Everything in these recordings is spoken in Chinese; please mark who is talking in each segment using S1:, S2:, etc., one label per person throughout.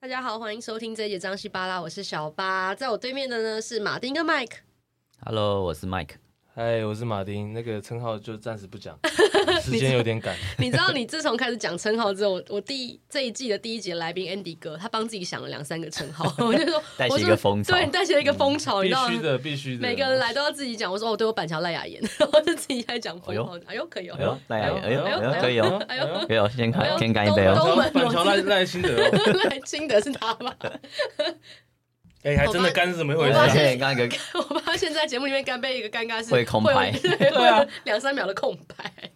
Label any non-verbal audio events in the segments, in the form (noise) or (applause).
S1: 大家好，欢迎收听这一节张西巴拉，我是小八，在我对面的呢是马丁跟 Mike。
S2: Hello，我是 Mike。
S3: 嗨，哎我是马丁，那个称号就暂时
S1: (laughs)
S3: 不讲，时间有点赶。
S1: 你知道，你自从开始讲称号之后，我我第这一季的第一节来宾 Andy 哥，他帮自己想了两三个称
S2: (laughs)
S1: 号，我就说
S2: 带起
S1: 我
S2: 一
S1: 说
S2: 个风潮
S1: 对，带起了一个风哦潮，你
S3: 嗯必
S1: 知道
S3: 须
S1: 吗？
S3: 的，必须的。
S1: 每个人来都要自己讲，我说哦，对我板桥赖雅妍， (laughs) 然后就自己在讲风号，哎呦可以哦， (laughs)
S2: 哎呦，大家
S3: 呦
S2: 哎呦
S3: 哎呦
S2: 哎呦，可以
S3: 哎
S2: 哦
S3: 呦，
S1: 哎呦，
S2: 可以哦，先
S1: 哎呦
S2: 干先干一杯
S1: 都
S2: 哦。
S1: 都
S3: 板桥赖赖清德哦，
S1: (laughs) 赖清德是他吧？
S3: 哎，还真的干是怎么一回
S1: 我
S3: 事
S1: 发
S3: 啊？
S1: 现
S2: 对，刚刚一个
S1: (laughs) 我发现在节目里面干杯一个尴尬是
S2: 会空白
S3: (laughs)
S1: 对，会
S3: 啊
S1: 有两三秒的空白，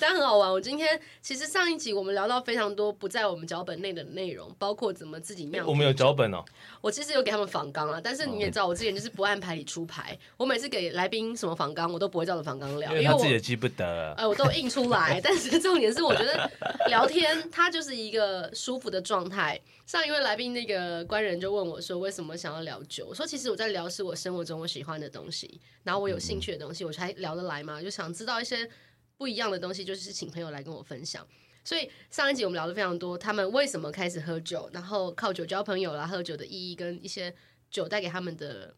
S1: 但很好玩。我今天其实上一集我们聊到非常多不在我们脚本内的内容，包括怎么自己酿
S3: 我们有脚本哦，
S1: 我其实有给他们仿纲啊，但是你
S2: 哦
S1: 也知道，我之前就是不按牌理出牌。我每次给来宾什么仿纲，我都不会照着仿纲聊，因
S3: 因为
S1: 为
S3: 他
S1: 我
S3: 自己也记不得。
S1: (laughs) 呃我都印出来。但是重点是，我觉得聊天它就是一个舒服的状态。上一位来宾那个官人就问我说，为什么想要聊酒？我说其实我在聊是我生活中我喜欢的东西，然后我有兴趣的东西，我才聊得来嘛。就想知道一些不一样的东西，就是请朋友来跟我分享。所以上一集我们聊的非常多，他们为什么开始喝酒，然后靠酒交朋友啦，喝酒的意义跟一些酒带给他们的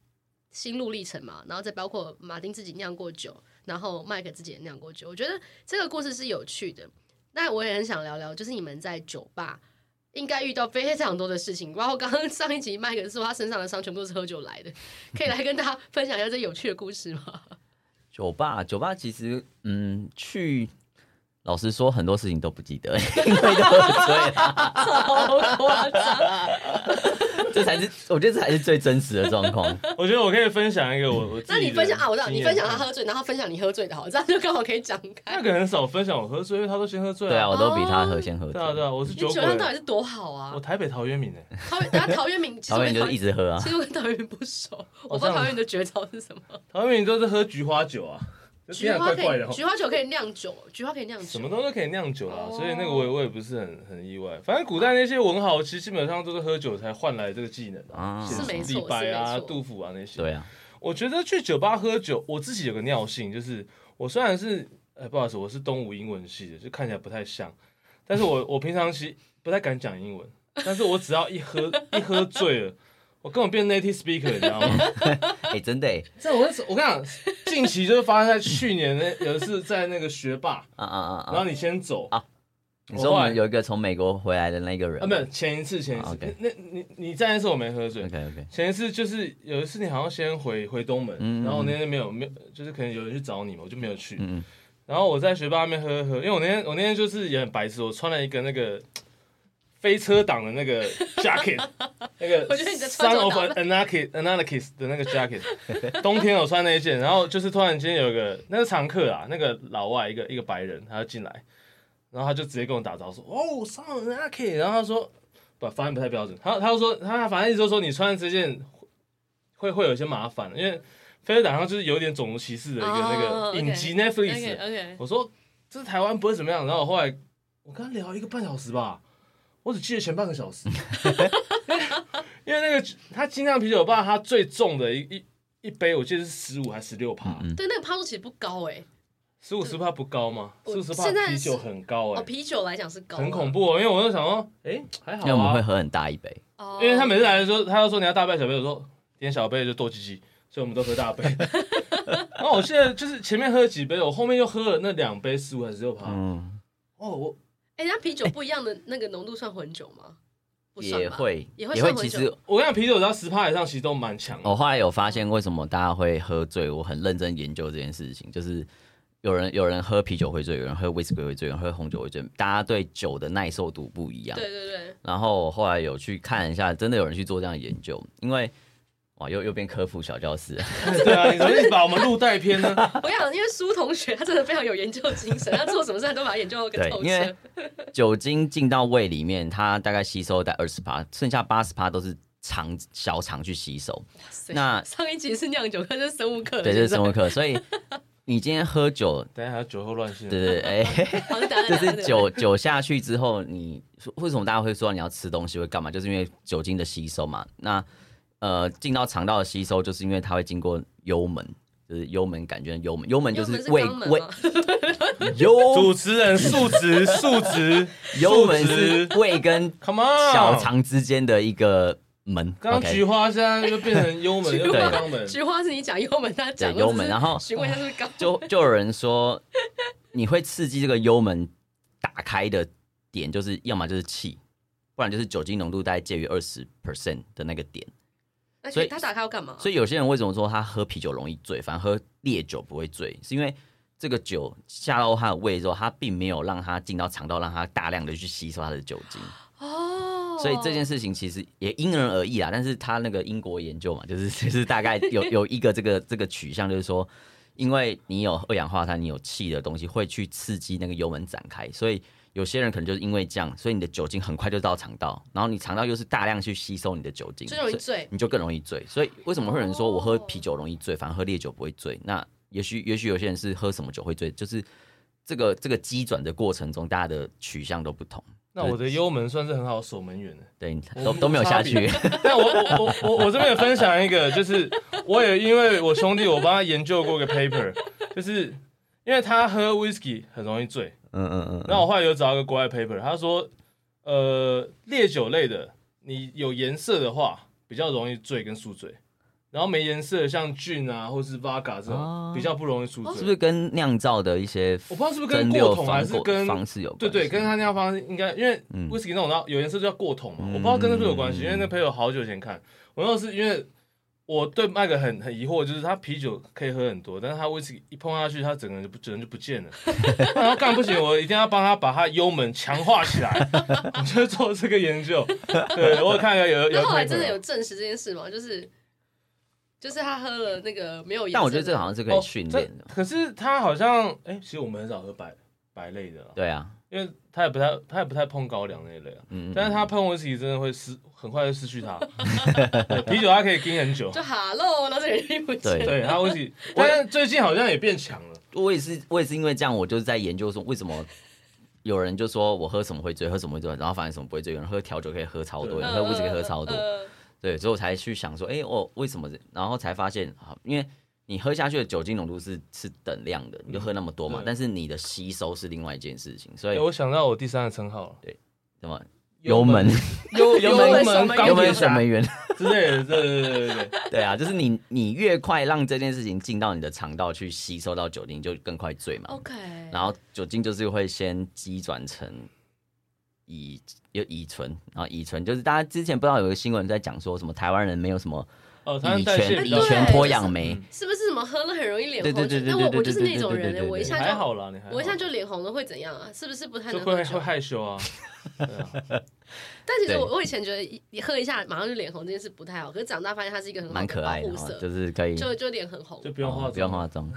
S1: 心路历程嘛，然后再包括马丁自己酿过酒，然后麦克自己也酿过酒，我觉得这个故事是有趣的。那我也很想聊聊，就是你们在酒吧应该遇到非常多的事情，包括刚刚上一集麦克说他身上的伤全部都是喝酒来的，可以来跟大家分享一下这有趣的故事吗？
S2: 酒吧，酒吧其实，嗯，去，老实说，很多事情都不记得， (laughs) 因为都喝醉了，
S1: (laughs) 好夸张！
S2: 这才是我觉得这才是最真实的状
S1: (laughs)
S2: 况。
S3: 我觉得我可以分享一个我我自己的
S1: 那你分享啊，我知道
S3: 经
S1: 你
S3: 验嗯
S1: 分享他喝醉，然后分享你喝醉的好，这样就刚好可以讲开
S3: 那。个很少分享我喝醉，因为他都先喝醉
S2: 对啊，
S3: 啊。
S2: 我都比他喝先喝
S3: 对啊，对
S2: 醉，
S3: 啊，我是
S1: 你
S3: 酒
S1: 酒量到底
S3: 鬼，
S1: 是多好啊
S3: 我！台北陶渊明哎，
S1: 陶渊，然后陶渊明，其实
S2: 导
S1: 我
S2: 演
S1: 跟
S2: 就是一直喝啊
S1: 其。实我跟陶渊明不熟，我不知道
S3: 这样吗
S1: 陶渊明的绝招是什么。
S3: 陶渊明都是喝菊花酒啊，这
S1: 菊
S3: 听起来
S1: 花
S3: 怪
S1: 可
S3: 怪的
S1: 以，
S3: 哦。
S1: 菊花酒可以酿酒，菊花可以酿酒。
S3: 什么东西都可以酿酒啦，
S1: 哦
S3: 所以那个我也我也不是很很意外。反正古代那些文豪其实基本上都是喝酒才换来这个技能啊
S2: 啊，
S3: 像
S1: 是没错
S3: 李白
S1: 是没
S3: 啊、
S1: 错
S3: 杜甫啊那些。
S2: 对啊，
S3: 我觉得去酒吧喝酒，我自己有个尿性，就是我虽然是，呃，不好意思，我是东吴英文系的，就看起来不太像，但是我我平常其实不太敢讲 (laughs) 英文，但是我只要一喝一喝醉了，我根本变 native speaker，你知道吗？
S2: 哎，真的欸，
S3: (laughs) 这我是我跟你讲，近期就是发生在去年那有一次在那个学霸，
S2: 啊啊啊
S3: 然后
S2: 啊！
S3: 你先走
S2: 啊
S3: 啊，
S2: 你说我们有一个从美国回来的那个人
S3: 没有前一次前一次，
S2: 啊 OK
S3: 那那你你在那次我没喝醉，
S2: ，OK OK，
S3: 前一次就是有一次你好像先回回东门，
S2: 嗯
S3: 然后我那天没有没有，就是可能有人去找你嘛，我就没有去。
S2: 嗯嗯，
S3: 然后我在学霸那边喝喝喝，因为我那天我那天就是也很白痴，我穿了一个那个飞车党的那个 jacket，
S1: (laughs)
S3: 那个
S1: 我觉得你的穿
S3: Son
S1: 着
S3: of
S1: 打
S3: an anarchist anarchist 的那个 jacket，冬天我穿那一件，然后就是突然间有一个那个常客啊，那个老外一个一个白人，他就进来，然后他就直接跟我打招呼说，哦，Son of an anarchist，然后他说不，发音不太标准，他他就说他反正意思就是说你穿这件会会有一些麻烦，因为飞车党上就是有点种族歧视的一个那
S1: 哦
S3: 个影集 Netflix
S1: OK
S3: 的
S1: OK，
S3: 我说这台湾不会怎么样。然后我后来我跟他聊一个半小时吧，我只记得前半个
S1: (laughs)
S3: 小时，因为因为那个他精酿啤酒吧，它最重的一一一杯，我记得是十五还是十六趴
S2: 嗯，嗯
S1: 对，那个趴数其实不高哎，
S3: 十五十趴不高吗？
S1: 我
S3: 十五十趴
S1: 现在
S3: 啤
S1: 是
S3: 酒很高
S1: 哦，
S3: 哎、
S1: 啤酒来讲是高，
S3: 很恐，怖哦。因为我就想说，哎、还
S2: 因为我
S3: 好
S2: 们会
S3: 啊，
S2: 喝很大一杯，
S1: 哦
S3: 因为他每次来的时候，他要说你要大杯小杯，我说点小杯就剁鸡鸡，所以我们都
S1: (laughs)
S3: 喝大杯。然后我现在就是前面喝了几杯，我后面又喝了那两杯十五还是十六趴。
S2: 嗯，
S3: 哦，我
S1: 哎，那啤酒不一样的那个浓度算混酒吗？不算吧
S2: 也会
S1: 也会算
S2: 会，
S1: 混
S2: 其
S1: 酒
S2: 实
S3: 我跟你讲，啤酒只要十趴以上，其实都蛮强的。
S2: 我后来有发现为什么大家会喝醉，我很认真研究这件事情，就是有人有人喝啤酒会醉，有人喝 whisky 会醉，有人喝红酒会醉，大家对酒的耐受度不一样。
S1: 对对对，
S2: 然后我后来有去看一下，真的有人去做这样的研究，因为哇，又又变科普小教 (laughs) 室了，
S3: (laughs) 对啊，你怎么一直把我们录带偏呢？ (laughs)
S1: 我想因为苏同学他真的非常有研究精神，他做什么事他都把它研究得跟
S2: 对
S1: 透
S2: 因为
S1: 彻。
S2: 酒精进到胃里面，它大概吸收在二十趴，剩下八十趴都是肠小肠去吸收。
S1: 哇塞 (laughs)
S2: 那
S1: 上一集是酿酒课，这是生物课，
S2: 对，这是生
S1: 物，
S2: 活课，所以你今天喝酒，
S3: 等一下还有酒后乱性。
S2: 对对，哎、
S1: 好像 (laughs) 打
S2: 就
S1: 打打
S2: 是酒酒下去之后，你为什么大家会说你要吃东西会干嘛？就是因为酒精的吸收嘛。那呃，进到肠道的吸收，就是因为它会经过幽门，就是幽门杆菌的幽门，幽门
S1: 因为
S2: 就
S1: 我们是
S2: 胃
S1: 肛门
S2: 胃
S1: 嘛，
S2: 幽
S3: (laughs) 主持人数值数值
S2: (laughs) 幽门
S3: 数
S2: 是
S3: 值
S2: 胃跟
S3: ，Come on，
S2: 小肠之间的一个门。
S3: 刚
S2: OK
S3: 菊花现在就变成幽门，
S1: 菊
S3: 又
S1: 花
S3: 变成肛门，
S1: 菊花是你讲幽门，他讲
S2: 对幽门，然后
S1: 询问一下是不是肛
S2: 就就有人说，你会刺激这个幽门打开的点，就是要么就是气，不然就是酒精浓度大概介于二十 percent 的那个点。
S1: 那
S2: 所以
S1: 他打开要干嘛？
S2: 所以有些人为什么说他喝啤酒容易醉，反而喝烈酒不会醉，是因为这个酒下到他的胃之后，他并没有让他进到肠道，让他大量的去吸收它的酒精。
S1: 哦，
S2: 所以这件事情其实也因人而异啦。但是他那个英国研究嘛，就是就是大概有有一个这个这个取向，就是说，因为你有二氧化碳，你有气的东西会去刺激那个幽门展开，所以有些人可能就是因为这样，所以你的酒精很快就到肠道，然后你肠道又是大量去吸收你的酒精，
S1: 最容易
S2: 所以
S1: 醉。
S2: 你就更容易醉。所以为什么会有人说我喝
S1: 哦
S2: 啤酒容易醉，反而喝烈酒不会醉？那也许也许有些人是喝什么酒会醉，就是这个这个机转的过程中，大家的取向都不同。
S3: 那我的幽门算是很好的守门员了。 (laughs)
S2: 对，
S3: 我
S2: 都
S3: 们
S2: 都没有下
S3: 差别
S2: 去。
S3: 但我我我我我这边也分享一个，就是我也因为我兄弟，我帮他研究过一个 paper，就是因为他喝 whisky 很容易醉，
S2: 嗯嗯嗯
S3: 然后我后来有找到一个国外 paper，他说，呃，烈酒类的，你有颜色的话比较容易醉跟宿醉，然后没颜色的像菌啊或是 vodka 这
S2: 哦
S3: 种比较不容易宿醉，
S2: 是不是跟酿造的一些
S3: 我不知道是不是跟
S2: 蒸
S3: 过
S2: 馏
S3: 桶还
S2: 方
S3: 是
S2: 过
S3: 跟
S2: 方式有关
S3: 对
S2: 系？
S3: 对，跟他那样方式应该，因为
S2: 嗯
S3: whisky 那种然后有颜色就叫过桶嘛，
S2: 嗯
S3: 我不知道跟这个有关系，因为那朋友好久以前看，我那时候是因为我对麦克很很疑惑，就是他啤酒可以喝很多，但是他 whisky 一碰下去，他整个人就不整个人就
S2: (laughs)
S3: 不见了，然后干不行，我一定要帮他把他幽门强化
S2: (laughs)
S3: 起来，我就做这个研究，对我有看有有有
S1: 那后来
S3: paper
S1: 真的有证实这件事吗？就是就是他喝了那个没有颜色的，
S2: 但我觉得这好像是可以
S3: 哦
S2: 训
S3: 这
S2: 练的。
S3: 可是他好像哎、其实我们很少喝白白类的啦，
S2: 对啊，
S3: 因为他也不太他也不太碰高粱那一类啊。
S2: 嗯，嗯
S3: 但是他碰威士忌真的会失，很快就失去它。 (laughs) 对啤酒它可以盯很久，
S1: 就 hello，然后这个人就不见
S2: 对
S1: 了。
S3: 对，它威士
S1: (laughs)
S3: 忌，但是最近好像也变强了。
S2: 我也是我也是因为这样，我就是在研究说为什么。有人就说我喝什么会醉，喝什么会醉，然后反正什么不会醉。有人喝调酒可以喝超多，有
S3: 对呃
S1: 嗯
S2: 人喝威士忌可以喝超多，
S1: 嗯
S2: 对，所以我才去想说，哎、我为什么这？然后才发现，好，因为你喝下去的酒精浓度是是等量的，你就喝那么多嘛，
S3: 对
S2: 但是你的吸收是另外一件事情，所以
S3: 哎，我想到我第三个称号了，
S2: 什么油门、
S3: 幽
S2: 幽
S3: 幽
S2: 门
S3: 门
S1: 守门
S3: 钢
S2: 油
S3: 铁
S2: 门守
S3: 侠
S2: 门员
S3: 之类的，对对对对对。
S2: 对啊，就是你你越快让这件事情进到你的肠道去吸收到酒精，就更快醉嘛。
S1: OK，
S2: 然后酒精就是会先机转成乙有乙醇，然后乙醇就是大家之前不知道有个新闻在讲说什么台湾人没有什么
S3: 哦，它
S2: 乙
S3: 代谢
S2: 醛
S3: 比
S2: 乙
S3: 较
S1: 对
S2: 醛脱氧酶
S3: 嗯，
S1: 是不是什么喝了很容易脸
S2: 对
S1: 红？
S2: 对对对
S1: 那
S2: 对
S1: 我
S2: 对
S1: 我就是
S2: 对
S1: 那种
S2: 对对
S1: 人
S2: 对
S1: 欸，
S2: 对
S1: 我一
S2: 对
S1: 下
S3: 还
S1: 就
S3: 好啦，你还好
S1: 我一下就脸红了，会怎样啊？是不是不太
S3: 就
S1: 能喝
S3: 会
S1: 酒
S3: 会？害羞啊。对啊
S1: 但其实
S2: 对
S1: 我我以前觉得一喝一下马上就脸红这件事不太好，可是长大发现它是一个很好
S2: 蛮可爱
S1: 保
S2: 的
S1: 护嗯
S2: 哦，
S1: 色，
S2: 就是可以
S1: 就就脸很红
S3: 就，不用化
S2: 哦
S3: 妆，
S2: 不用化妆，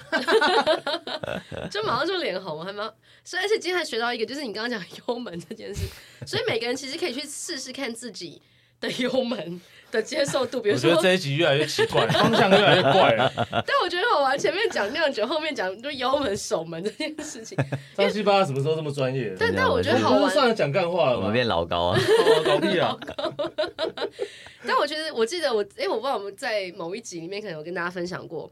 S1: 就马上就脸红，还蛮所以而且今天还学到一个，就是你刚刚讲幽门这件事，所以每个人其实可以去试试看自己的幽门的接受度，比如
S3: 我觉
S1: 说
S3: 得，这一集越来越奇怪，方向越来越怪
S1: (laughs)
S3: 了。
S1: 但我觉得好玩，前面讲酿酒，后面讲就幽门守门这件事
S3: (laughs)
S1: 情，
S3: 张西巴什么时候这么专业？
S1: 但但我觉
S2: 我
S1: 得
S2: 们
S1: 好
S3: 我不
S1: 玩
S3: 是，上来讲干话了
S2: 我们
S3: 吗？
S2: 变老高啊，
S3: 哦，搞屁啊！
S1: 但我觉得，我记得我，哎、我不知道我们在某一集里面可能有跟大家分享过，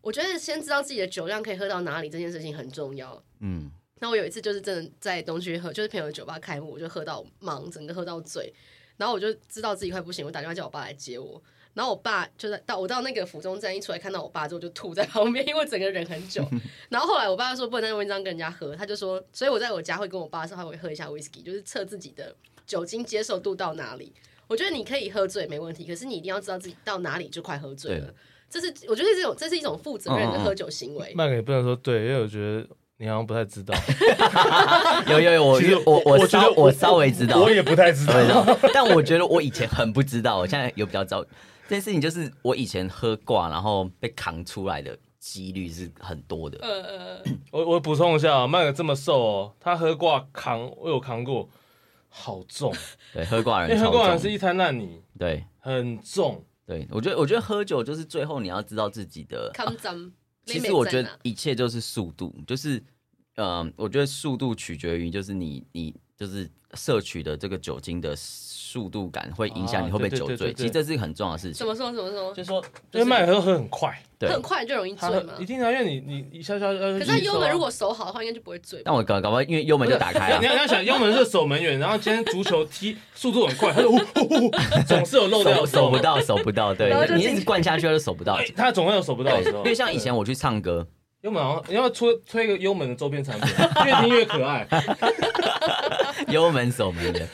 S1: 我觉得先知道自己的酒量可以喝到哪里这件事情很重要。
S2: 嗯，
S1: 那我有一次就是真的在东区喝，就是朋友的酒吧开幕，我就喝到忙，整个喝到醉，然后我就知道自己快不行，我打电话叫我爸来接我。然后我爸就在到我到那个府中站一出来，看到我爸之后就吐在旁边，因为我整个人很
S2: (laughs)
S1: 久。然后后来我爸就说不能在文章跟人家喝，他就说，所以我在我家会跟我爸说，还会喝一下 whisky，就是测自己的酒精接受度到哪里。我觉得你可以喝醉没问题，可是你一定要知道自己到哪里就快喝醉了。这是我觉得这种这是一种负责
S2: 嗯
S1: 任的喝酒行
S2: (laughs)
S1: 为。
S3: 麦克也不能说对，因为我觉得你好像不太知道。
S2: 有有有，我
S3: (laughs) 其实
S2: 哦我
S3: 我觉
S2: 稍
S3: 得
S2: 我稍微知道，
S3: 也不太知
S2: 我也知道， (laughs) 但我觉得我以前很不知道，我现在有比较早。这件事情就是我以前喝挂，然后被扛出来的几率是很多的。
S1: 呃呃，
S3: (laughs) 我我补充一下、啊，麦克这么瘦哦，他喝挂扛，我有扛过，好重，
S2: 对，喝挂
S3: 因
S2: 人
S3: 为喝
S2: 超
S3: 挂
S2: 重。
S3: 完是一滩烂泥，
S2: 对
S3: 很重。
S2: 对，我觉得我觉得喝酒就是最后你要知道自己的。
S1: 康脏。
S2: 其实我觉
S1: 妹妹在
S2: 得
S1: 哪
S2: 一切就是速度，就是嗯、呃我觉得速度取决于就是你你就是摄取的这个酒精的速度感会影响
S3: 啊
S2: 你会不会
S3: 对对
S2: 酒
S3: 对
S2: 醉，
S3: 对
S2: 其实
S3: 对
S2: 这是很重要的事
S1: 怎
S2: 情。
S1: 么说？怎么说？
S2: 就是说，
S3: 因为麦克喝很快，
S2: 对，
S1: 很快就容易
S3: 他
S1: 醉吗
S3: 喝？一定要，因为你你一下下要。
S1: 可是他幽门如果手好的话，应该就不会醉吧。
S2: 但我搞搞不好，因为幽门就打开
S3: 啊
S2: 啊
S3: 你
S2: 了，
S3: 要你要想，幽门是守门员，然后今天足球踢速度很快，他就呼呼呼，总是有漏掉
S2: 手
S3: 的时候
S2: 手不。到，手不到，对
S1: 然后，就
S2: 你
S1: 进
S2: 一直灌下去他就手不到
S3: 哎。他总会有守不到的
S2: 对，
S3: 时
S2: 因
S3: 候，
S2: 为像以前我去唱歌，
S3: 幽门好像，你要出推一个幽门的周边产品，
S1: (laughs)
S3: 越听越可爱。
S2: 幽门守门员。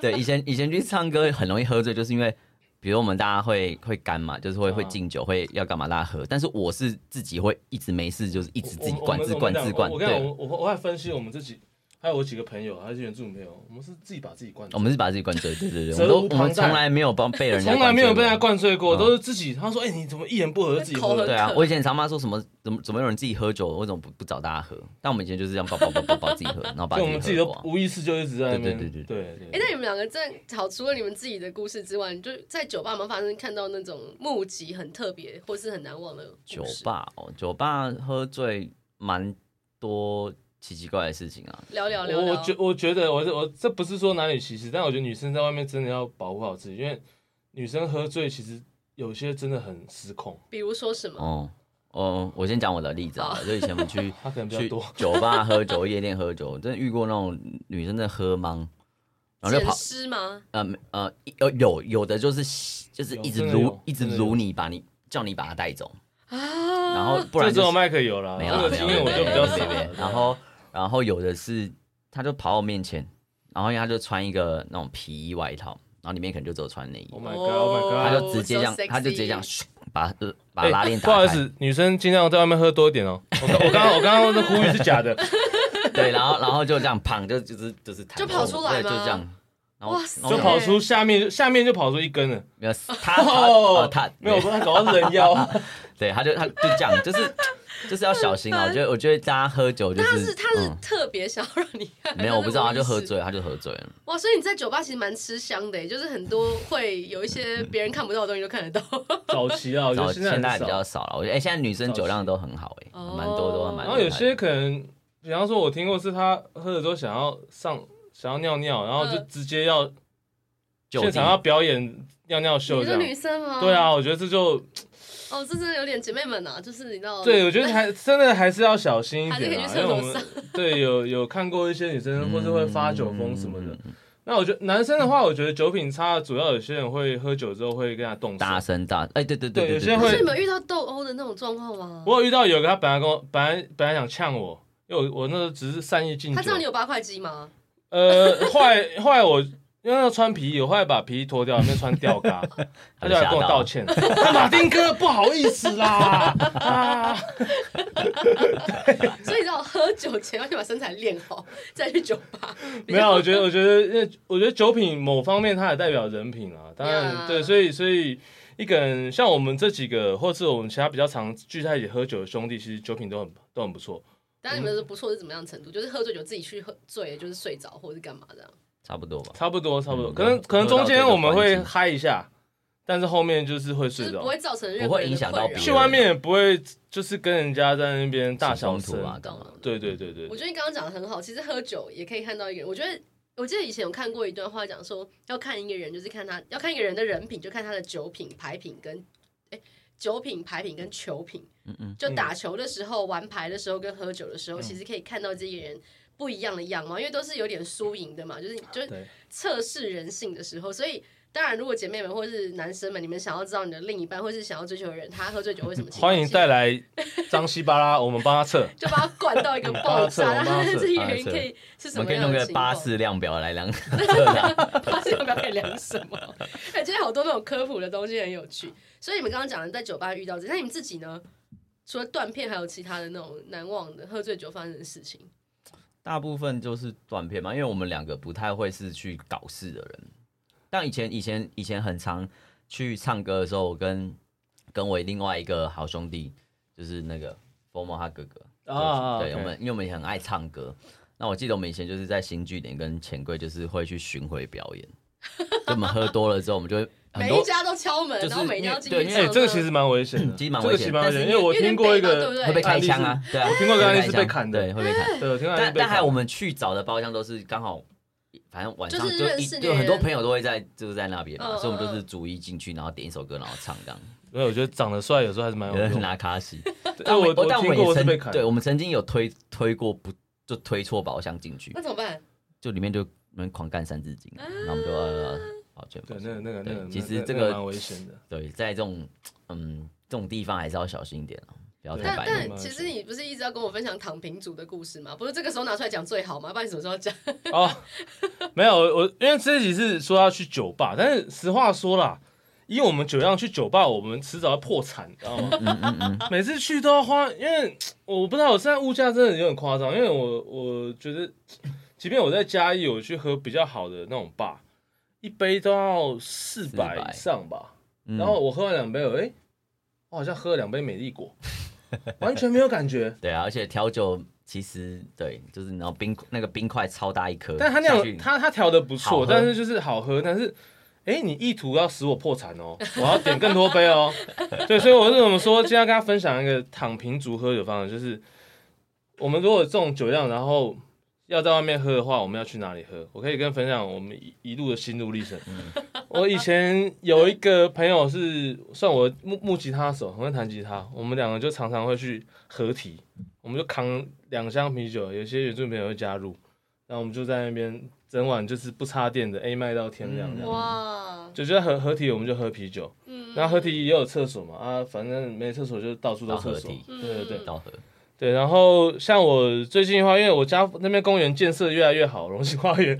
S2: 对，以前以前去唱歌很容易喝醉，就是因为比如我们大家会会干嘛，就是会
S3: 啊
S2: 会敬酒，会要干嘛大家喝。但是我是自己会一直没事，就是一 (laughs) 直自己
S3: 我
S2: 灌自灌自灌。
S3: 我我跟你讲，
S2: 对，
S3: 我我我还分析我们自己，还有我几个朋友，还是原住民朋友，我们是自己把自己灌醉
S2: 我，们是把自己灌醉，对对对，
S3: 责
S2: 我都
S3: 无
S2: 我
S3: 旁
S2: 们
S3: 贷
S2: 从来没有帮哦被人家
S3: 从来没有被他
S2: 灌醉过。
S3: 灌醉过，
S2: 嗯
S3: 都是自己。他说：“哎，你怎么一言不合就自己喝
S1: 口？”很
S2: 对啊，我以前常妈说什么，怎么怎么有人自己喝酒，为什么不不找大家喝？但我们以前就是这样，叭叭叭叭叭自己喝，然后把
S3: 就我们自己
S2: 己喝
S3: 都
S2: 光。
S3: 无意识就一直在那边。
S2: 对
S3: 对
S2: 对对
S3: 对
S1: 哎、那你们两个在好，除了你们自己的故事之外，你就在酒吧有没有发生看到那种目击很特别或是很难忘的故事
S2: 酒？吧哦，酒吧喝醉蛮多奇奇怪怪的事情啊。
S1: 聊聊聊
S3: 我
S1: 聊。
S3: 我觉我觉得我我这不是说男女歧视，但我觉得女生在外面真的要保护好自己，因为女生喝醉其实有些真的很失控，
S1: 比如说什么？
S2: 哦，哦，我先讲我的例子啊，
S1: 哦
S2: 就以前我们
S3: (laughs)
S2: 去
S3: 她可能比较
S2: 去
S3: 多。
S2: 酒吧喝酒、夜店喝酒，真的遇过那种女生在喝懵，然后就
S1: 捡
S2: 跑，
S1: 尸吗？
S2: 呃没呃，一有有有的就是就是
S3: 有
S2: 一直
S3: 真的
S2: 撸
S3: 有，
S2: 一直
S3: 真的有
S2: 撸你，把你叫你把她带走，
S1: 啊，
S2: 然后不
S3: 这
S2: 然
S3: 只
S2: 就
S3: 有
S2: 是
S3: 麦克有了，
S2: 没有
S3: 那
S2: 啦
S3: 个
S2: 没有
S3: 经
S2: 没
S3: 验
S2: 有
S3: 我
S2: 没
S3: 就
S2: 有
S3: 比
S2: 没
S3: 较
S2: 有
S3: 少
S2: 没有没
S3: 了
S2: 有。然后然后有的是他就跑到我面前，然后因为他就穿一个那种皮衣外套，然后里面可能就只有穿内衣，
S3: Oh my god! Oh my
S1: 哦
S2: 他
S3: god!
S2: 就直接这样
S1: so，sexy
S2: 他就直接这样咻把呃把
S3: 哎
S2: 拉链打
S3: 不
S2: 开，
S3: 好意思，女生尽量在外面喝多一点哦。我刚我刚我刚刚的呼吁是
S2: (laughs)
S3: 假的，
S2: 对，然后然后就这样砰，就就是就是弹
S1: 就跑出来
S2: 对，就
S1: 吗
S2: 这样。然后
S1: 哇塞
S2: 然后
S3: 就
S2: 我
S3: 跑出下面下面就跑出一根了。
S2: 没
S3: (laughs)
S2: 有他他
S3: 哦
S2: 哦他
S3: 没有，我，刚才搞到
S2: (laughs)
S3: 人妖。
S2: 对，他就他就这样，就是就是要小心啊！我觉得我觉得大家喝酒就
S1: 他是
S2: 是
S1: 他是
S2: 嗯
S1: 特别想要让你看，
S2: 没有，我不知道，他
S1: 还是
S2: 就
S1: 无意识
S2: 喝醉，他就喝醉了。
S1: 哇，所以你在酒吧其实蛮吃香的耶，就是很多会有一
S2: (laughs)
S1: 些别人看不到的东西都看得到。
S3: 早期啊，我
S2: 然
S3: 觉得
S2: 后
S3: 现在
S2: 现
S3: 很
S2: 在比
S3: 少
S2: 较少了，我觉得哎，现在女生酒量都很好哎，
S1: 哦
S2: 蛮多都还蛮厉害的。
S3: 然后有些可能，比方说，我听过是他喝了之后想要上，想要尿尿，然后就
S2: 呃
S1: 嗯
S3: 直接要
S2: 就
S3: 现场要表演尿尿秀
S1: 你
S3: 这
S1: 说女
S3: 样。
S1: 生哦吗？
S3: 对，啊，我觉得这就
S1: 哦，这真的有点姐妹们啊，就是你知道，
S3: 对，我觉得还真的还是要小心一
S1: 还是可以
S3: 点
S1: 去
S3: 啊，
S1: 厕
S3: 因为我
S1: 所
S3: 们
S1: 上。
S3: 对有有看过一些女生或是会发酒疯什么的。
S2: 嗯，
S3: 那我觉得男生的话，我觉得酒品差，主要有些人会喝酒之后会跟他动手。
S2: 大声大哎，对对
S3: 对有
S2: 对
S3: 些
S2: 对，
S3: 会
S1: 所以你们有遇到斗殴的那种状况吗？
S3: 我有遇到有一个他本来跟我本来本来想呛我，因为我我那时候只是善意敬酒。
S1: 他知道你有八块肌吗？
S3: 呃， (laughs) 后来后来我因为要穿皮衣，我后来把皮衣脱掉，里面穿
S1: (laughs)
S3: 吊嘎，他就来跟我道歉， (laughs) 啊马丁哥不好意思
S1: (laughs)
S3: 啦，啊，
S1: 所以你知道喝酒前要先把身材练好， (laughs) 再去酒吧。
S3: 没有，我觉得我觉得因为我觉得酒品某方面它也代表人品啊，当然
S1: Yeah
S3: 对，所以所以。一个人像我们这几个，或是我们其他比较常聚在一起喝酒的兄弟，其实酒品都很都很不错。
S1: 当然你们的不错是怎么样的程度？就是喝醉酒自己去喝醉，就是睡着或者是干嘛这样。
S2: 差不多吧。
S3: 差不多，差不多，
S2: 嗯
S3: 可能可能
S2: 喝到
S3: 中间
S2: 这个
S3: 我们会
S2: 环境
S3: 嗨一下，但是后面就是会
S1: 就
S3: 睡
S1: 是
S3: 着
S1: 不。会造成任
S2: 不
S1: 何
S2: 会
S1: 人的
S2: 影响到
S1: 困扰
S2: 别
S3: 去
S2: 人
S3: 外面也不会就是跟人家在那边大小
S2: 起冲
S3: 声
S2: 突啊
S1: 懂了
S3: 对对对对
S1: 我，觉得你刚刚讲的很好，其实喝酒也可以看到一个人。我觉得我记得以前有看过一段话，讲说要看一个人，就是看他要看一个人的人品，就看他的酒品、牌品跟诶酒品、牌品跟球品。
S2: 嗯嗯，
S1: 就打球的时候、玩牌的时候跟喝酒的时
S3: 嗯
S1: 候，其实可以看到这些人不一样的样貌，因为都是有点输赢的嘛，就是就是
S3: 啊对
S1: 测试人性的时候，所以。当然，如果姐妹们或是男生们，你们想要知道你的另一半或是想要追求的人，他喝醉酒会什么情况？
S3: 欢迎带来张西巴拉，我们帮他测。
S1: 就把他灌到一个爆炸，
S3: 嗯
S1: 让
S3: 帮
S1: 他
S3: 他测
S1: 这个
S2: 帮
S1: 人
S2: 他测
S1: 可以是
S2: 我
S1: 什
S2: 们
S1: 么
S2: 可以
S1: 样
S2: 弄
S1: 的
S2: 个
S1: 情
S2: 巴
S1: 况？ (laughs)
S2: 士量表来量。
S1: 八字要不要可以量什么？哎、今天好多那种科普的东西很有趣。所以你们刚刚讲的在酒吧遇到这些，那你们自己呢？除了断片，还有其他的那种难忘的喝醉酒发生的事情？
S2: (laughs) 大部分就是短片嘛，因为我们两个不太会是去搞事的人。但以前以前以前很常去唱歌的时候，我跟跟我另外一个好兄弟，就是那个 Formo 他哥哥
S3: 啊
S1: 哦
S2: (laughs) 对，
S3: OK
S2: 我们因为我们也很爱唱歌。那我记得我们以前就是在新据点跟钱柜，就是会去巡回表
S1: (laughs)
S2: 演。就我们喝多了之后，我们就会很
S1: 每一
S2: 多，
S1: 家都敲门，
S2: 就是
S1: 然后每一家都进
S2: 对
S1: 去
S2: 因
S1: 唱
S2: 为
S1: 歌。
S3: 哎，这个其实蛮危险的，
S2: 嗯其实蛮
S3: 这
S2: 危
S3: 个
S2: 险
S3: 其实蛮危险，因
S2: 但
S3: 为我听过
S1: 有
S3: 一
S1: 点
S3: 个
S1: 北吧
S2: 会被开枪
S3: 案
S2: 啊，对啊，
S3: 我听过一个案例是
S2: 会枪
S3: 被砍的
S2: 对，会被砍。
S3: 对，我听过一个
S2: 但
S3: 被
S2: 但还有
S3: 砍
S2: 我们去找的包厢都是刚好反正晚上
S1: 就是
S2: 就
S1: 认
S2: 一
S1: 识的
S2: 就很多
S1: 人
S2: 朋友都会在就是在那边嘛，
S1: 嗯
S2: 所以我
S1: 嗯
S2: 们就是
S1: 嗯
S2: 逐一进去，然后点一首歌，然后唱这样，
S3: 因为我觉得长得帅有时候还是蛮有
S2: (laughs) 有
S3: 用
S2: 人
S3: 的。
S2: 拿卡西。
S3: 哎但我
S2: 但
S3: 我
S2: 我
S3: 听
S2: 们
S3: 过
S2: 也
S3: 是被
S2: 曾
S3: 砍，
S2: 对我们曾经有推推过不就推错宝箱进去
S1: 那，怎么办？
S2: 就里面就里面狂干三字经，啊然后我们就呃好全部
S3: 对，那个那个那
S2: 对
S3: 个，
S2: 其实
S3: 那个
S2: 这
S3: 那个
S2: 个
S3: 蛮危险的。
S2: 对，在这种嗯这种地方还是要小心一点哦，不要
S3: 对
S1: 但
S2: 太白
S3: 白
S2: 目。
S3: 目
S1: 但其实你不是一直要跟我分享躺平族的故事吗？不是这个时候拿出来讲最好吗？不然你什么时候讲？
S3: 哦，没有，我我因为这集是说要去酒吧，但是实话说啦，以我们酒量去酒吧，我们迟早要破产，你知道吗？每次去都要花，因为我不知道，我现在物价真的有点夸张，因为我我觉得，即便我在嘉义，我去喝比较好的那种吧，一杯都要四百
S2: 400
S3: 以上吧，
S2: 嗯
S3: 然后我喝完两杯，我哎、我好像喝了两杯美丽果，完全没有感觉。
S2: 对啊，而且调酒其实对，就是然后冰那个冰块超大一颗，
S3: 但他那
S2: 下
S3: 样，
S2: 去
S3: 他他调的不
S2: 好喝，
S3: 错但是就是好喝，但是。哎，你意图要使我破产哦！我要点更多杯哦。对，所以我是怎么说？今天要跟大家分享一个躺平族喝酒方式，就是我们如果这种酒量，然后要在外面喝的话，我们要去哪里喝？我可以跟分享我们一一路的心路历程。我以前有一个朋友是算我木木吉他手，很会弹吉他，我们两个就常常会去合体，我们就扛两箱啤酒，有些原住民朋友会加入，然后我们就在那边整晚就是不插电的 A 麦到天亮这
S2: 嗯
S3: 样。
S1: 哇，
S3: 就觉得合合体，我们就喝啤酒。
S1: 嗯，
S3: 那合体也有厕所嘛，啊，反正没厕所就到处都
S2: 到啊合
S3: 厕所
S2: 体。
S3: 对对对
S1: 嗯
S2: 到河，
S3: 对，然后像我最近的话，因为我家那边公园建设越来越好，荣兴花
S2: (laughs)
S3: 园。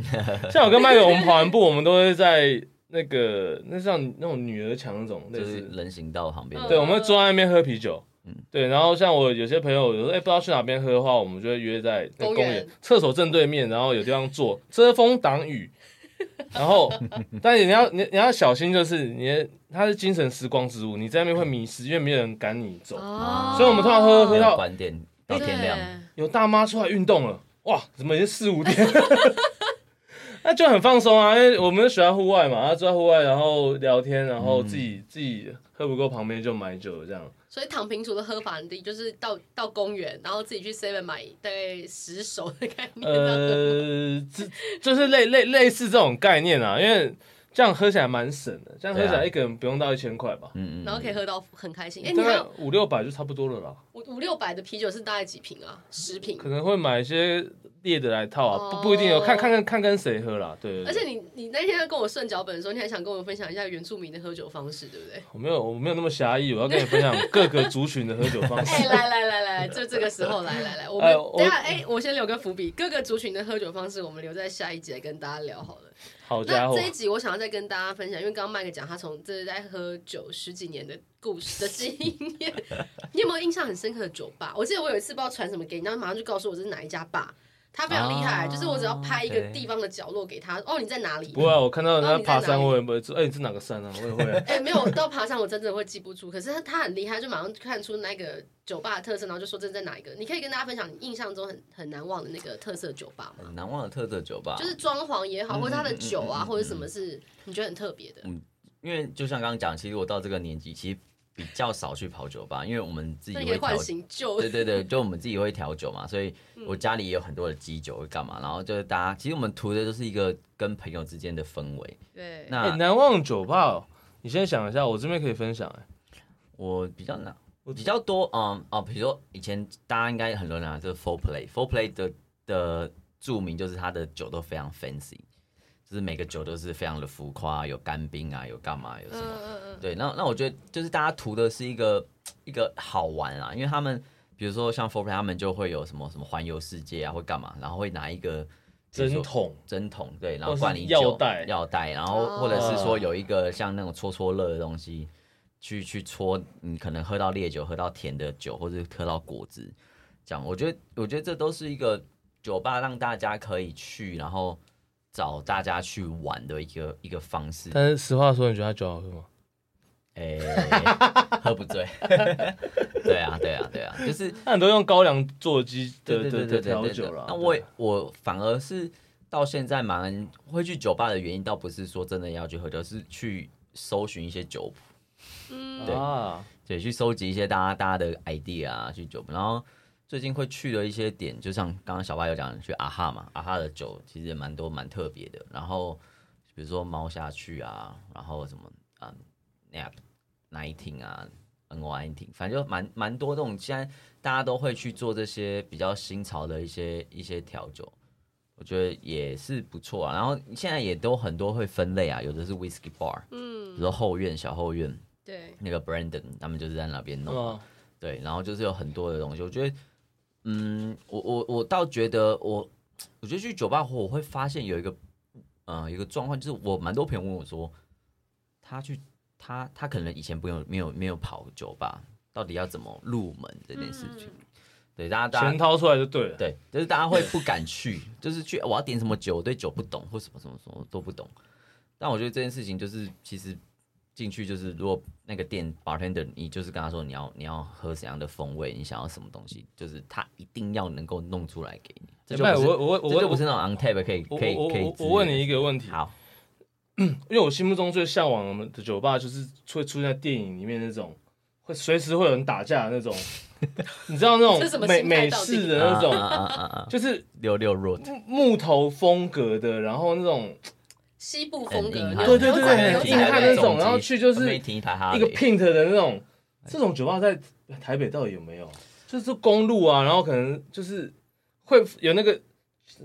S3: 像我跟麦克，我们跑完步，我们都会在那个那像那种女儿墙那种类
S2: 就是
S3: 似，
S2: 人行道旁边的。
S3: 对，我们会坐在那边喝啤酒。
S2: 嗯
S3: 对，然后像我有些朋友，有时候哎、不知道去哪边喝的话，我们就会约在那
S1: 公
S3: 公
S1: 园
S3: 园厕所正对面，然后有地方坐，遮风挡雨。然
S2: (laughs)
S3: 后，但你要你你要小心，就是你的它是精神时光之物，你在那边会迷失，因为没有人赶你走。
S1: 哦
S3: 所以我们通常喝喝
S2: 没
S3: 到
S2: 有关店到天亮，
S3: 有大妈出来运动了，哇，怎么已经四五点？ (laughs) 那就很放松啊，因为我们喜欢户外嘛，然后啊坐在户外，然后聊天，然后
S2: 嗯
S3: 自己、自己喝不够，旁边就买酒这样。
S1: 所以躺平族的喝法，你就是到到公园，然后自己去 Seven 买大概十手的概念。
S3: 呃，这就是类类类似这种概念啊，因为这样喝起来蛮省的，这样喝起
S2: 对啊
S3: 来一个人不用到一千块吧，
S2: 嗯嗯，
S1: 然后可以喝到很开心。哎、你
S3: 大
S1: 还
S3: 概
S1: 有
S3: 五六百就差不多了啦。
S1: 五五六百的啤酒是大概几瓶啊？十瓶。
S3: 可能会买一些烈的来套啊，
S1: 哦
S3: 不不一定有，看看看看跟谁喝啦。对对
S1: 而
S3: 对
S1: 且你你那天在跟我顺脚本的时候，你还想跟我分享一下原住民的喝酒方式，对不 (laughs) 对？
S3: 我没有我没有那么狭义，我要跟你分享各个族群的喝酒
S1: (laughs)
S3: 方式
S1: 哎、。来来来来，就这个时候来来来，我们
S3: 哎
S1: 等一下哎、我先留个伏笔，各个族群的喝酒方式，我们留在下一节跟大家聊好了。
S3: 好家
S1: 那
S3: 伙
S1: 这！一集我想要再跟大家分享，因为刚刚麦克讲他从这是在喝酒十几年的故事的经验，你有没有印象很深刻的酒吧？我记得我有一次不知道传什么给你，然后马上就告诉我这是哪一家吧。他非常厉害，
S2: 啊
S1: 就是我只要拍一个
S2: OK
S1: 地方的角落给他，哦，你在哪里？
S3: 不会啊，我看到人
S1: 那
S3: 家
S1: 你在
S3: 爬
S1: 哪
S3: 山，
S1: 里
S3: 我也不会知。哎、你是哪个山啊？我
S2: (laughs)
S3: 也会、啊。
S1: 哎、没有到爬山，我真的会记不住。可是他他很厉害，就马上看出那个酒吧的特色，然后就说这是在哪一个。你可以跟大家分享你印象中很很难忘的那个特色酒吧吗？
S2: 很嗯难忘的特色酒吧，
S1: 就是装潢也好，或者他的酒啊，
S2: 嗯嗯嗯嗯嗯嗯
S1: 或者什么是你觉得很特别的？
S2: 因为就像刚刚讲，其实我到这个年纪，其实比较少去跑酒吧，因为我们自己
S1: 那你可以
S2: 会调
S1: 唤，醒旧
S2: 对对对，就我们自己会调酒嘛，所以
S1: 嗯
S2: 我家里也有很多的基酒会干嘛，然后就是大家，其实我们图的就是一个跟朋友之间的氛围。
S1: 对
S2: 那、
S3: 哎、难忘酒吧、哦，你先想一下，我这边可以分享、哎，
S2: 我比较难，我比较多，嗯哦，比如说以前大家应该很多人拿这 Four Play，Four Play 的的著名就是它的酒都非常 fancy，就是每个酒都是非常的浮夸，有干冰啊，有干嘛，有什
S1: 嗯
S2: 么。
S1: 嗯嗯。
S2: 对，那那我觉得就是大家图的是一个一个好玩啊，因为他们比如说像 Four Play，他们就会有什么什么环游世界啊，会干嘛，然后会拿一个比如
S3: 针
S2: 说
S3: 筒，
S2: 针筒，对，然后
S3: 或是
S2: 灌你
S3: 药
S2: 酒
S3: 袋
S2: 药袋，然后
S1: 哦
S2: 或者是说有一个像那种搓搓乐的东西，去去搓你可能喝到烈酒，喝到甜的酒，或者喝到果汁，这样，我觉得我觉得这都是一个酒吧让大家可以去，然后找大家去玩的一个一个方
S3: (laughs)
S2: 式。
S3: 但是实话说，你觉得它酒好喝吗？
S2: 哎、喝不醉， (laughs) 对啊，对啊，对啊，就是
S3: 它很多用高粱做基的
S2: 对
S3: 的
S2: 对
S3: 的
S2: 对对
S3: 调
S2: 对
S3: 酒
S2: 对
S3: 啦。
S2: 那我
S3: 对
S2: 也我反而是到现在蛮会去酒吧的原因，倒不是说真的要去喝酒，是去搜寻一些酒谱，
S1: 嗯
S2: 对
S3: 啊，
S2: 对，去收集一些大家大家的 idea 啊，去酒吧。然后最近会去的一些点，就像刚刚小八有讲去阿哈嘛，啊阿哈的酒其实也蛮多蛮特别的。然后比如说猫下去啊，然后什么啊 Nap Nineteen 啊，N O Nineteen，反正就蛮蛮多这种。现在大家都会去做这些比较新潮的一些一些调酒，我觉得也是不错啊。然后现在也都很多会分类啊，有的是 Whisky Bar，嗯，比如说后院小后院
S1: 对，
S2: 那个 Brandon 他们就是在那边弄。
S3: 嗯，
S2: 对，然后就是有很多的东西，我觉得，嗯，我我我倒觉得我，我觉得去酒吧后我会发现有一个，呃，有一个状况就是我蛮多朋友问我说，他去他他可能以前不用没有没有跑酒吧，到底要怎么入门这件事
S1: 嗯
S2: 情，对，大家大家
S3: 钱掏出来就对了。
S2: 对，就是大家会不敢去，就是去我要点什么酒，我对酒不懂或什么什么什么都不懂。但我觉得这件事情就是，其实进去就是，如果那个店 bartender 你就是跟他说你要你要喝怎样的风味，你想要什么东西，就是他一定要能够弄出来给你。这就
S3: 哎
S2: 不是
S3: 我我我
S2: 这就
S3: 我
S2: 不是那种 on tap 可以
S3: 我
S2: 可以
S3: 我
S2: 可以
S3: 我
S2: 直接。
S3: 我问你一个问题，
S2: 好，
S3: 因为我心目中最向往的酒吧就是会出现在电影里面那种，会随时会有人打架的
S2: (laughs)
S3: 那种，你知道那
S1: 这什
S3: 种
S1: 么
S3: 美
S1: 心态
S3: 美
S1: 到底
S3: 式的那
S2: 啊
S3: 种，
S2: 啊啊啊啊，
S3: 就是
S2: 六六 root，
S3: 木木头风格的，然后那种
S1: 西部风格
S2: 很硬，汉
S1: 牛
S3: 对对对
S1: 牛仔
S3: 很
S1: 牛仔
S3: 硬汉
S1: 味
S3: 那种然后去就是
S2: 没停一台哈
S3: 一
S2: 雷
S3: 个 pint 的那种，这种酒吧在台北到底有没有？就是公路啊，然后可能就是会有那个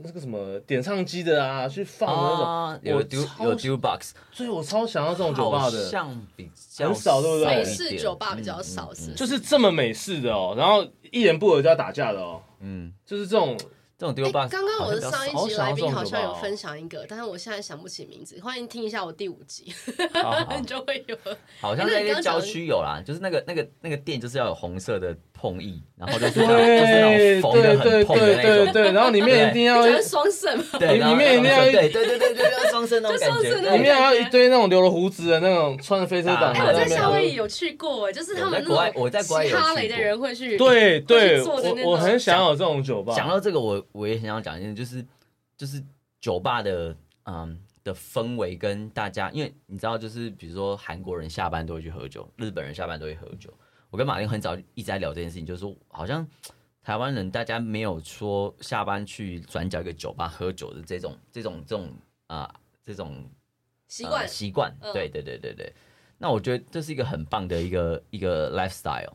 S3: 那个什么点唱机的啊，去放的那种，
S2: 啊，有
S3: 我
S2: do
S3: 超
S2: 有 do box，
S3: 所以我超想要这种酒吧
S2: 好
S3: 的。
S2: 像比较
S3: 很少对不对
S2: 一
S1: 美
S2: 点
S1: 式酒吧比较少，
S2: 嗯
S1: 是
S2: 嗯
S3: 就是这么美式的哦，然后一言不合就要打架的哦，
S2: 嗯，
S3: 就是这种
S2: 这种丢
S1: 哎，
S2: box
S1: 刚刚我的上一集
S3: 好像比较少
S1: 来宾
S3: 好
S1: 好
S3: 像
S1: 像
S3: 有
S1: 有
S3: 吧
S1: 分享一个，但是我现在想不起名字，欢迎听一下我第五集，
S2: 好
S1: 你就会有。
S2: 好像
S1: 那
S2: 在
S1: 你
S2: 一些
S1: 刚
S2: 郊
S1: 讲的
S2: 区有啦，就是那个那个那个店就是要有红色的碰
S1: (laughs)
S2: 意，然后就是那种就是那
S3: 对
S2: 种缝的
S3: 对哎对
S2: 很碰的
S3: 对
S2: 那
S3: 对
S2: 种， (laughs)
S3: 对，然后里面一定要
S1: 你讲
S3: 一
S1: 的双肾吗？
S2: 对，
S3: 里
S2: 然后
S3: 面一定要
S2: 对对对对对，要双生那种感
S1: 就双生那。
S2: 觉
S3: 里
S1: 种
S3: 面还有一堆那种留了胡子的那种穿着飞车
S2: 哎
S3: 党
S1: 哎、
S3: 的
S1: 我
S3: 那
S1: 在
S3: 边
S1: 夏威夷有去过，就是他们
S2: 我在
S1: 那
S2: 国外我在国
S1: 种
S2: 外有
S1: 嘻
S2: 去过
S1: 哈雷的人会 (laughs) 去。
S3: 对对，
S1: 会坐着那
S3: 我
S1: 种
S3: 我很想有这种酒吧。
S2: 讲到这个，我我也很想讲一件，就是就是酒吧的嗯的氛围跟大家，因为你知道，就是比如说韩国人下班都会去喝酒，日本人下班都会喝酒。我跟马丁很早一直在聊这件事情，就是说好像台湾人大家没有说下班去转角一个酒吧喝酒的这种这种这种啊、这种
S1: 习惯
S2: 呃，习惯，
S1: 嗯
S2: 对对对对对。那我觉得这是一个很棒的一个一个 lifestyle。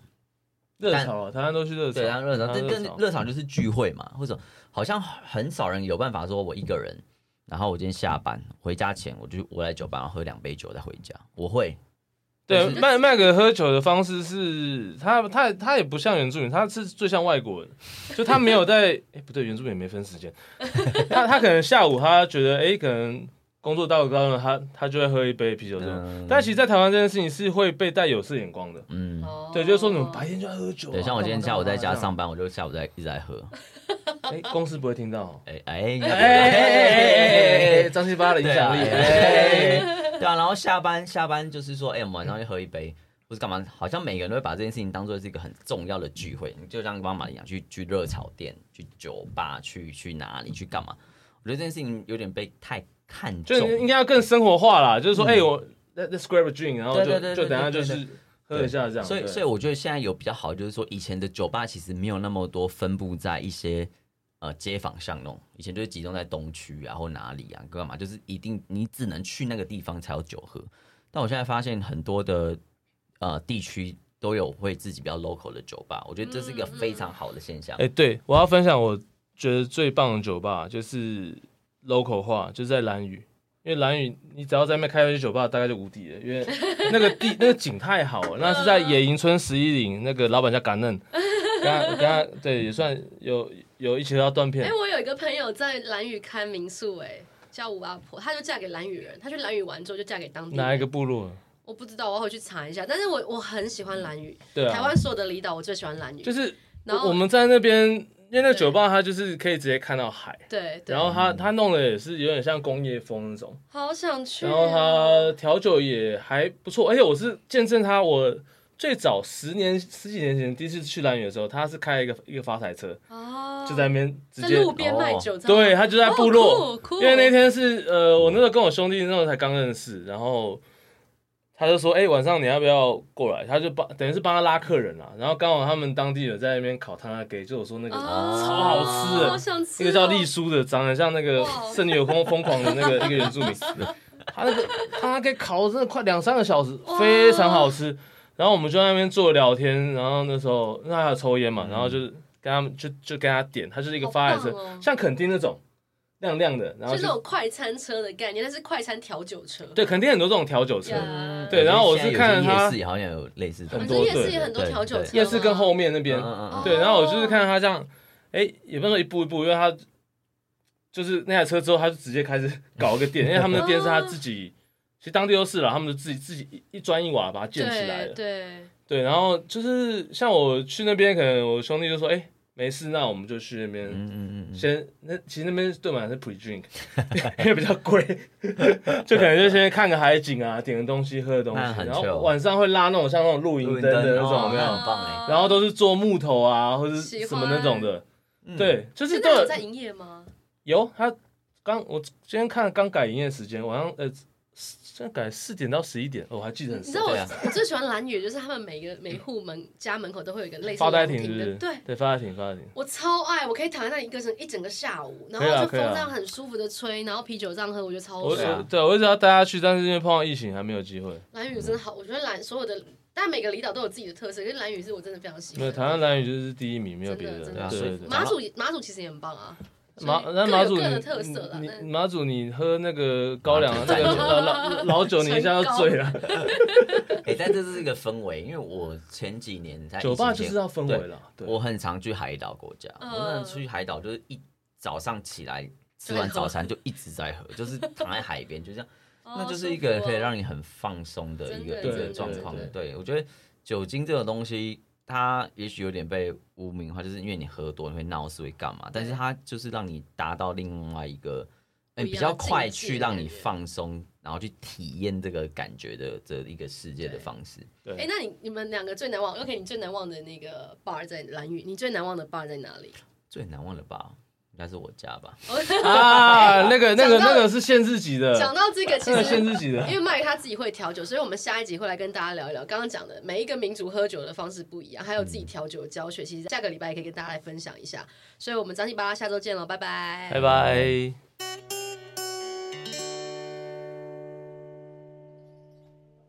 S3: 热潮啊，台湾都去热潮，
S2: 对，然后热场，
S3: 台湾
S2: 但
S3: 热
S2: 但热场就是聚会嘛，或者好像很少人有办法说我一个人，然后我今天下班回家前，我就我来酒吧然后喝两杯酒再回家，我会
S3: 对
S2: 就是
S3: 麦麦格喝酒的方式是，他他他也不像原住民，他是最像外
S1: (laughs)
S3: 国人，就他没有在，哎、不对，原住民也没分时间，他他可能下午他觉得，哎、可能工作到了高了，他他就会喝一杯啤酒这种，
S2: 嗯
S3: 但其实，在台湾这件事情是会被带有色眼光的，
S2: 嗯，
S1: 哦
S3: 对，就是说你们白天就在喝酒啊、
S2: 对，像我今天
S3: 干
S2: 下
S3: 嘛
S2: 午在家，上
S3: 干嘛
S2: 班，我就下午在一直在喝，
S3: 干嘛哎、公司不会听到
S2: (laughs)
S3: 哦，
S2: 哎
S3: (laughs)
S2: 哎
S3: 哎哎哎哎哎哎，
S2: 哎，
S3: 张七八的影
S2: 对
S3: 响
S2: 啊哎
S3: 力，哎、
S2: 对啊，然后下班下班就是说，哎，我们晚上去喝一杯。或是干嘛？好像每个人都会把这件事情当做是一个很重要的聚会。你就像帮马一样，去去热炒店、去酒吧、去去哪里、去干嘛？我觉得这件事情有点被太看重
S3: 就
S2: 了，
S3: 你应该要更生活化啦，就是说，
S2: 嗯
S3: 哎、我 let- let's grab a drink，然后就
S2: 对对对对
S3: 就等一下
S2: 对
S3: 就
S2: 对
S3: 是喝一下这样，
S2: 所以，
S3: 对
S2: 所以我觉得现在有比较好，就是说以前的酒吧其实没有那么多分布在一些呃街坊巷弄，以前就是集中在东区啊或哪里啊干嘛，就是一定你只能去那个地方才有酒喝。但我现在发现很多的呃地区都有会自己比较 local 的酒吧，我觉得这是一
S1: 嗯
S2: 个非常好的现象。
S3: 哎、对，我要分享我觉得最棒的酒吧就是 local 化，就是在兰屿。因为兰屿，你只要在那边开一些酒吧，大概就无敌了。因
S2: (laughs)
S3: 为那个地那个景太好
S2: 嗯
S3: 了，那是在野营村十一岭，那个老板叫感恩，跟他跟他对也算有有一起到断
S1: 哎、
S3: 片。
S1: 我有一个朋友在兰屿开民宿、哎，叫五阿婆，她就嫁给兰屿人，她去兰屿玩之后就嫁给当地人
S3: 哪一个？部落？
S1: 我不知道，我要回去查一下。但是我我很喜欢兰屿，
S3: 嗯对
S1: 台
S3: 啊，
S1: 湾所有的离岛我最喜欢兰屿，
S3: 就是
S1: 然
S3: 我
S1: 后
S3: 我们在那边，因为那个酒吧它就是可以直接看到海，
S1: 对对
S3: 然，后它它弄的也是有点像工业风那种。
S1: 好想去、
S3: 然
S1: 哦。
S3: 后他调酒也还不错，而且我是见证他，我最早十年十几年前第一次去兰屿的时候，他是开一个一个发财车，
S1: 哦，
S3: 就在那边直
S1: 在
S3: 接，哦
S1: 路边卖酒，
S3: 对他就在部落，
S1: 哦酷酷
S3: 因为那天是呃，我那时候跟我兄弟那时候才刚认识，然后。他就说：“哎、晚上你要不要过来？”他就帮，等于是帮他拉客人啊。然后刚好他们当地人在那边烤汤啊，给就我说那个、
S1: 哦
S3: 超好吃的
S1: 好想吃哦
S3: 一个叫丽叔的，长得像那个
S1: 哇
S3: 《圣女有空疯狂》的那个一个原住民，他那个他给烤了真的快两三个小时，非常好吃。然后我们就在那边坐聊天，然后那时候那还有抽烟嘛，然后就是跟他们就就跟他点，他就是一个发财车，
S1: 嗯好棒哦
S3: 像肯定那种亮亮的，然后
S1: 就
S3: 就是
S1: 那种快餐车的概念，但是快餐调酒车。
S3: 对，肯定很多这种调酒车。
S1: 呀
S3: 对然后我是
S2: 现在有些
S3: 看了他
S2: 夜市好像有类似这种
S3: 很
S1: 反正
S3: 多
S1: 夜
S3: 对
S1: 市也很多
S2: 对
S1: 调酒
S2: 对
S1: 车，啊
S3: 夜市跟后。面那边，
S2: 嗯嗯嗯
S3: 对，然后我就是看到他这样，哎、也不能说一步一步，因为他就是那台车之后，他就直接开始搞一个店，因为他们的店是他自
S1: 哦
S3: 己，其实当地都是啦，他们就自己自己一一砖一瓦把它建起
S1: 对
S3: 来了。
S1: 对，
S3: 对，然后就是像我去那边，可能我兄弟就说，哎、没事，那我们就去那边。
S2: 嗯嗯嗯嗯，
S3: 先，那其实那边对嘛是 pre drink，因 (laughs) 为比较贵，就可能就先看个海景啊，点个东西，喝个东西
S2: 那，很
S3: 然后
S2: chill
S3: 晚上会拉那种像那种露营
S2: 露营
S3: 灯的那
S2: 灯
S3: 种，
S2: 哦
S3: 有没有？
S2: 很棒哎
S1: 啊
S3: 然后都是做木头啊，或者是
S1: 喜
S3: 什么那种的，
S2: 嗯，
S3: 对，就是
S1: 现
S3: 都
S1: 在有
S3: 有
S1: 在营业吗？
S3: 有他刚我今天看刚改营业时间，晚上呃现在改四点到十一点，哦我还记得很
S1: 你
S3: 深
S1: 知。道我、
S2: 对啊
S1: 我最喜欢蓝雨，就是他们每个每户门家门口都会有一个类似
S3: 发呆
S1: 凉
S3: 亭是
S1: 亭
S3: 不
S1: 的
S3: 是，？
S1: 对。
S3: 对，发呆亭，发呆亭。
S1: 我超爱，我可以躺在那里一个整一整个下午，然
S3: 可以啊
S1: 后就
S3: 可
S1: 风
S3: 以啊
S1: 这样很舒服的吹，然后啤酒这样喝，我觉得超
S3: 我
S2: 对啊
S1: 爽。
S3: 我对我一直要带他去，但是因为碰到疫情还没有机会。
S1: 蓝雨真的好，我觉得蓝所有的，但每个离岛都有自己的特色，可是蓝雨是我真的非常喜
S3: 没有，
S1: 欢。
S3: 台湾蓝语就是第一名，没有别
S1: 真
S2: 的
S3: 对
S2: 真的
S3: 对对。
S1: 马祖也马祖其实也很棒啊，
S3: 马
S1: 所以
S3: 那
S1: 各
S3: 马
S1: 有
S3: 祖
S1: 各
S3: 你
S1: 的特色啦
S3: 你
S1: 但
S3: 你马祖你喝那个高粱
S2: 马
S3: 那
S2: 祖
S3: 个
S1: (laughs)
S2: 再见
S3: 老老老酒，你一下就醉了。
S2: 哎，但这是一个氛围，因为我前几年在疫情
S3: 酒吧就
S2: 前
S3: 是要氛围了。对
S2: 我很常去海岛国家，
S1: 嗯
S2: 我那去海岛就是一早上起来
S1: (laughs)
S2: 吃完早餐就一直在喝，就是躺在海边，就这样，
S1: 哦
S2: 那就是一个可以让
S1: 你
S2: 你很放松的一个
S1: 真
S2: 一
S1: 的
S2: 个
S3: 对
S2: 状况
S1: 对。
S2: 对我觉得酒精这个东西，它也许有点被污名化，就是因为你喝多你会闹事会干嘛，但是它就是让你达到另外一个。哎、
S1: 不一样的
S2: 比较快
S1: 境
S2: 去
S1: 界
S2: 让你放松，然后去体验这个感觉的这一个世界的
S1: 对
S2: 方式。
S1: 哎、那你你们两个最难忘，OK，你最难忘的那个 bar 在蓝屿，你最难忘的 bar 在哪里？
S2: 最难忘的吧，应该是我家吧。
S3: 啊，那个那个
S1: 讲
S3: 那
S1: 到
S3: 个是限制级的，
S1: 讲到这个，其
S3: 那个限
S1: 实
S3: 制级的
S1: 因。为麦他自己会调酒，所以我们下一集会来跟大家聊一聊刚刚讲的每一个民族喝酒的方式不一样，还有自己调酒的教学，其实下个礼拜也可以跟大家来分享一下。所以我们张继巴下周见了，拜拜，
S3: 拜拜。